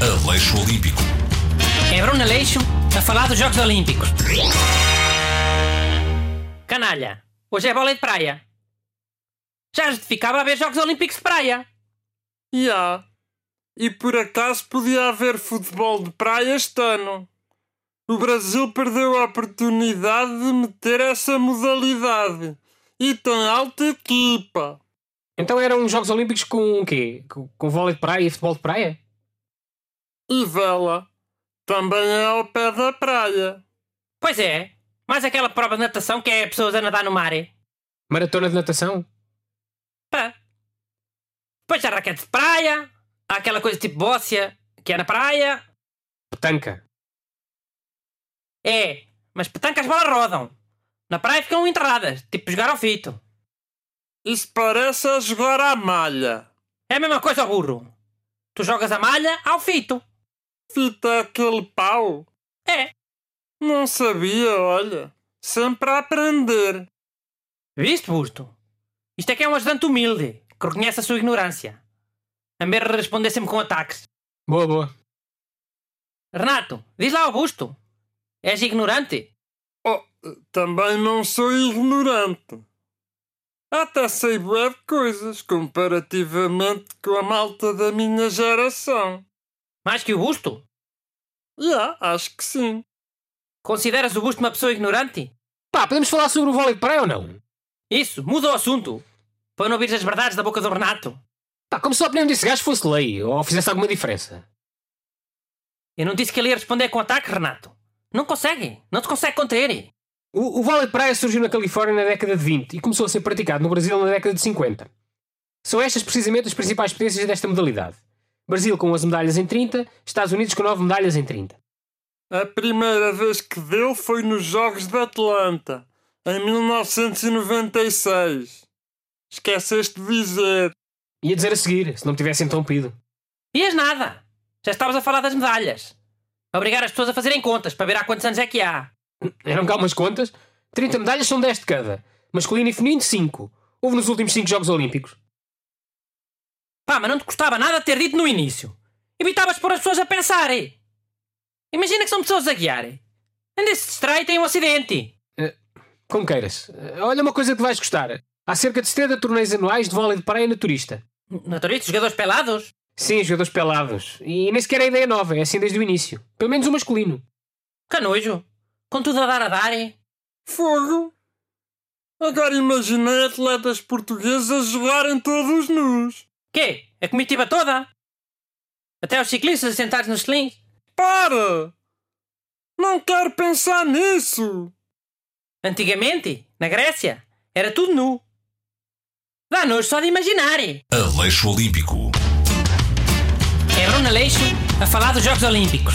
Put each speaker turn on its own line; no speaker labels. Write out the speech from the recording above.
Aleixo Olímpico.
É Bruno Aleixo a falar dos Jogos Olímpicos. Canalha, hoje é bola de praia. Já justificava haver Jogos Olímpicos de praia.
E há. E por acaso podia haver futebol de praia este ano. O Brasil perdeu a oportunidade de meter essa modalidade. E tem alta equipa.
Então eram os Jogos Olímpicos com o quê? Com, com vôlei de praia e futebol de praia?
E vela. Também é ao pé da praia.
Pois é, mais aquela prova de natação que é pessoas a nadar no mar.
Maratona de natação?
Pá. Depois há raquete de praia, há aquela coisa tipo bócia que é na praia.
Petanca.
É, mas petanca as bolas rodam. Na praia ficam enterradas, tipo jogar ao fito.
Isso parece a jogar à malha.
É a mesma coisa ao burro. Tu jogas a malha ao fito.
Fita é aquele pau.
É,
Não sabia, olha. Sempre a aprender.
Viste, Busto? Isto é que é um ajudante humilde, que reconhece a sua ignorância. A ver responder sempre com ataques.
Boa, boa.
Renato, diz lá ao Busto. És ignorante?
Oh, também não sou ignorante. Até sei bué de coisas comparativamente com a malta da minha geração.
Mais que o Busto?
Já, acho que sim.
Consideras o Busto uma pessoa ignorante?
Pá, podemos falar sobre o vôlei de praia ou não?
Isso, muda o assunto. Para não ouvires as verdades da boca do Renato.
Pá, como se a opinião desse gajo fosse lei ou fizesse alguma diferença.
Eu não disse que ele ia responder com ataque, Renato. Não consegue. Não te consegue conter.
O, o vôlei de praia surgiu na Califórnia na década de 20 e começou a ser praticado no Brasil na década de 50. São estas precisamente as principais potências desta modalidade. Brasil com 11 medalhas em 30, Estados Unidos com 9 medalhas em 30.
A primeira vez que deu foi nos Jogos de Atlanta, em 1996. Esqueceste de dizer.
Ia dizer a seguir, se não me tivessem interrompido.
Ias nada. Já estavas a falar das medalhas. Obrigar as pessoas a fazerem contas para ver há quantos anos é que há.
Eram cá umas contas. 30 medalhas são 10 de cada. Masculino e feminino, 5. Houve nos últimos 5 Jogos Olímpicos.
Pá, mas não te custava nada ter dito no início. Evitavas pôr as pessoas a pensarem. Imagina que são pessoas a guiarem. Ainda se distrai e tem um acidente.
Como queiras. Eh, Olha uma coisa que vais gostar. Há cerca de 70 torneios anuais de vôlei de praia naturista.
Naturalmente, jogadores pelados.
Sim, jogadores pelados. E nem sequer é ideia nova, é assim desde o início. Pelo menos o masculino.
Que nojo. Com tudo a dar a dar. eh? hein?
Fogo! Agora imaginei atletas portuguesas jogarem todos nus.
Quê? A comitiva toda? Até os ciclistas sentados nos slings?
Para! Não quero pensar nisso!
Antigamente, na Grécia, era tudo nu. Dá nojo só de eh? imaginarem.
Aleixo Olímpico.
É Bruno Aleixo a falar dos Jogos Olímpicos.